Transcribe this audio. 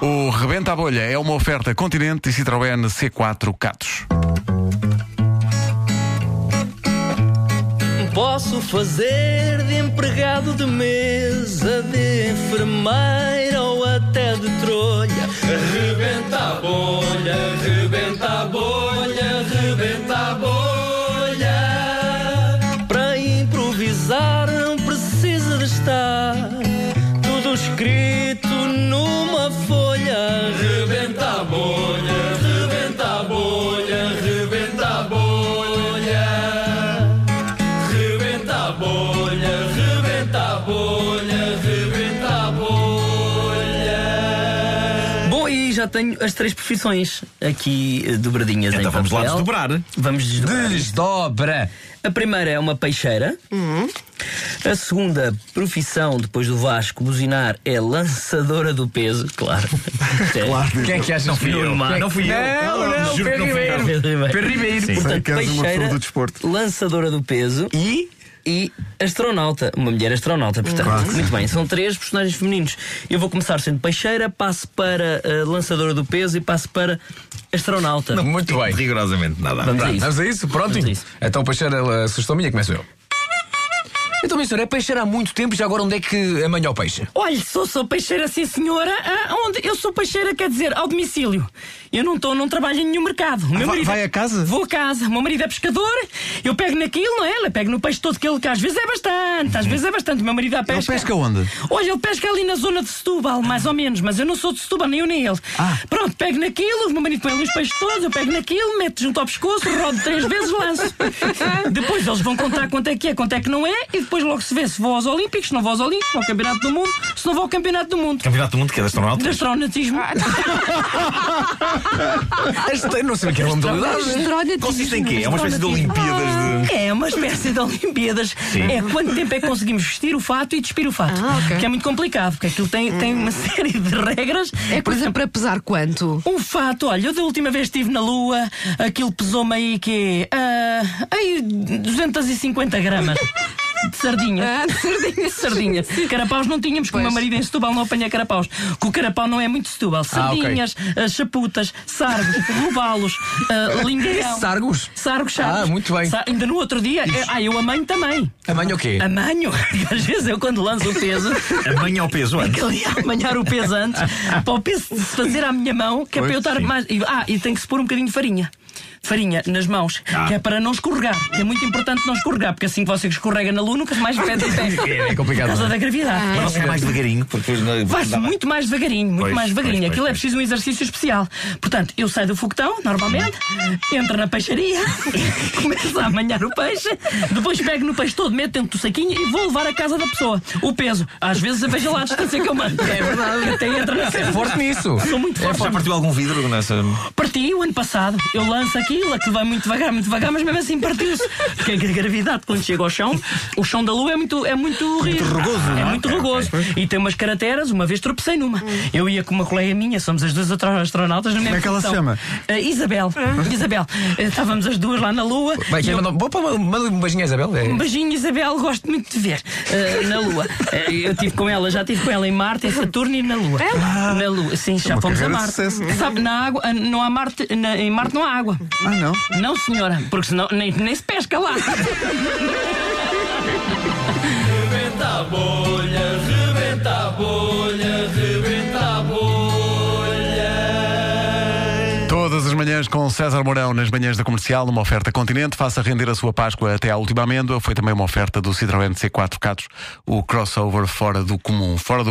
O Rebenta a Bolha é uma oferta Continente e Citroën C4 Catos. Posso fazer de empregado de mesa, de enfermeira ou até de trolha. Rebenta a bolha, rebenta a bolha, rebenta a bolha. Para improvisar não precisa de estar tudo escrito numa folha. Rebenta a bolha, rebenta a bolha, rebenta a bolha. Rebenta a bolha, rebenta a bolha, rebenta a bolha. Bom, e já tenho as três profissões aqui eh, dobradinhas em Então vamos lá papel. desdobrar. Vamos desdobrar. Desdobra! A primeira é uma peixeira. A segunda profissão, depois do Vasco buzinar, é lançadora do peso, claro. claro. Quem é que achas que fui eu, Marco. Não fui eu. Não, não, Juro que não fui eu. Pedro Ribeiro. Sim. Sei Portanto, que és uma pessoa do desporto. lançadora do peso E e astronauta. Uma mulher astronauta, portanto. Muito bem, são três personagens femininos. Eu vou começar sendo peixeira, passo para eh, lançadora do peso e passo para astronauta. muito bem. Rigorosamente nada. Vamos a Pronto, isso. Vamos a isso? Pronto. Vamos a isso. Então, Peixeira, ela assustou minha, começo eu. Então, minha senhora, é Peixeira há muito tempo, já agora onde é que amanhã o peixe? Olha, sou, sou peixeira, sim senhora. Ah, onde? Eu sou peixeira, quer dizer, ao domicílio. Eu não estou, não trabalho em nenhum mercado. O meu marido vai a casa? Vou a casa. O meu marido é pescador, eu pego naquilo, não é? Ele pega no peixe todo que ele, que às vezes é bastante, às vezes é bastante. O meu marido dá pesca. pesca onde? Olha, ele pesca ali na zona de Setúbal, mais ou menos, mas eu não sou de Setúbal, nem eu nem ele. Ah. Pronto, pego naquilo, o meu marido põe ali os peixes todos, eu pego naquilo, meto junto ao pescoço, rodo três vezes, lanço. depois eles vão contar quanto é que é, quanto é que não é, e depois logo se vê se vou aos Olímpicos, se não vou aos Olímpicos, se vou ao Campeonato do Mundo, se não vou ao Campeonato do Mundo. Campeonato do Mundo que é de astronauta? De astronautismo. Ah, tá. Esta, eu não sei o que é uma modalidade. Consiste em quê? É uma espécie de Olimpíadas de. É uma espécie de Olimpíadas. É quanto tempo é que conseguimos vestir o fato e despir o fato. Ah, Que é muito complicado, porque aquilo tem, tem uma série de regras. Hum. É coisa para pesar quanto? Um fato, olha, eu da última vez estive na Lua, aquilo pesou-me aí que ah, aí 250 gramas de sardinha. Ah, de sardinha. Sardinha. Carapaus não tínhamos, porque o meu Pois. marido em Setúbal não apanha carapaus. Que o carapau não é muito de Setúbal. Sardinhas, ah, chaputas, sargos, robalos, uh, lingueirão. um Sargos? Sargos, sargos. Ah, muito bem. Sa- ainda no outro dia, eh, ah, eu amanho também. Amanhã o quê? Amanho, às vezes eu quando lanço o peso, Amanhã ao peso, antes. que ali a amanhar o peso antes, para o peso se fazer à minha mão, que é para eu estar mais. e- Ah, e tem que se pôr um bocadinho de farinha. Farinha nas mãos, Ah. que é para não escorregar. que É muito importante não escorregar, porque assim que você escorrega na lua, nunca mais mete em pé. É Por complicado. causa não é? da gravidade. Mas você é mais devagarinho, porque é depois. Vai-se dava- muito mais devagarinho, muito Pois, mais devagarinho. pois, pois, Aquilo é pois. preciso um exercício especial. Portanto, eu saio do foguetão, normalmente, entro na peixaria, começo a amanhar o peixe, depois pego no peixe todo, meto dentro do saquinho e vou levar à casa da pessoa. O peso. Às vezes veja lá a distância que eu mando. É verdade. Até entra na É forte nisso. Sou muito forte. É, Já partiu algum vidro nessa. Parti o ano passado. Eu lanço aquilo, que vai muito devagar, muito devagar, mas mesmo assim partiu-se. Porque a gravidade, quando chega ao chão, o chão da lua é muito, é muito rígido. rugoso, É não é? muito Ok, Hum. rugoso. E tem umas crateras, uma vez tropecei numa. Eu ia com uma colega minha, somos as duas astro- astronautas no mesmo é que ela se chama? Eh, Isabel. Isabel. Eh, estávamos as duas lá na lua. Bem, e quem eu- mandou- Vou para uma- manda um beijinho à Isabel. é. um beijinho, Isabel, gosto muito de ver eh, na Lua. Eh, eu tive com ela, já tive com ela em Marte, em Saturno e na Lua. É? Na Lua, sim, já fomos a carreira de Marte. sucesso. Sabe, na água, ah, não há Marte, na- em Marte não há água. Ah, não. Não, senhora, porque senão nem, nem se pesca lá. Rebenta a bolha, rebenta a bolha, rebenta a bolha. Todas as manhãs com César Mourão nas manhãs da comercial, uma oferta continente. Faça render a sua Páscoa até à última amêndoa. Foi também uma oferta do Citroën C4 Catos, o crossover fora do comum. Fora do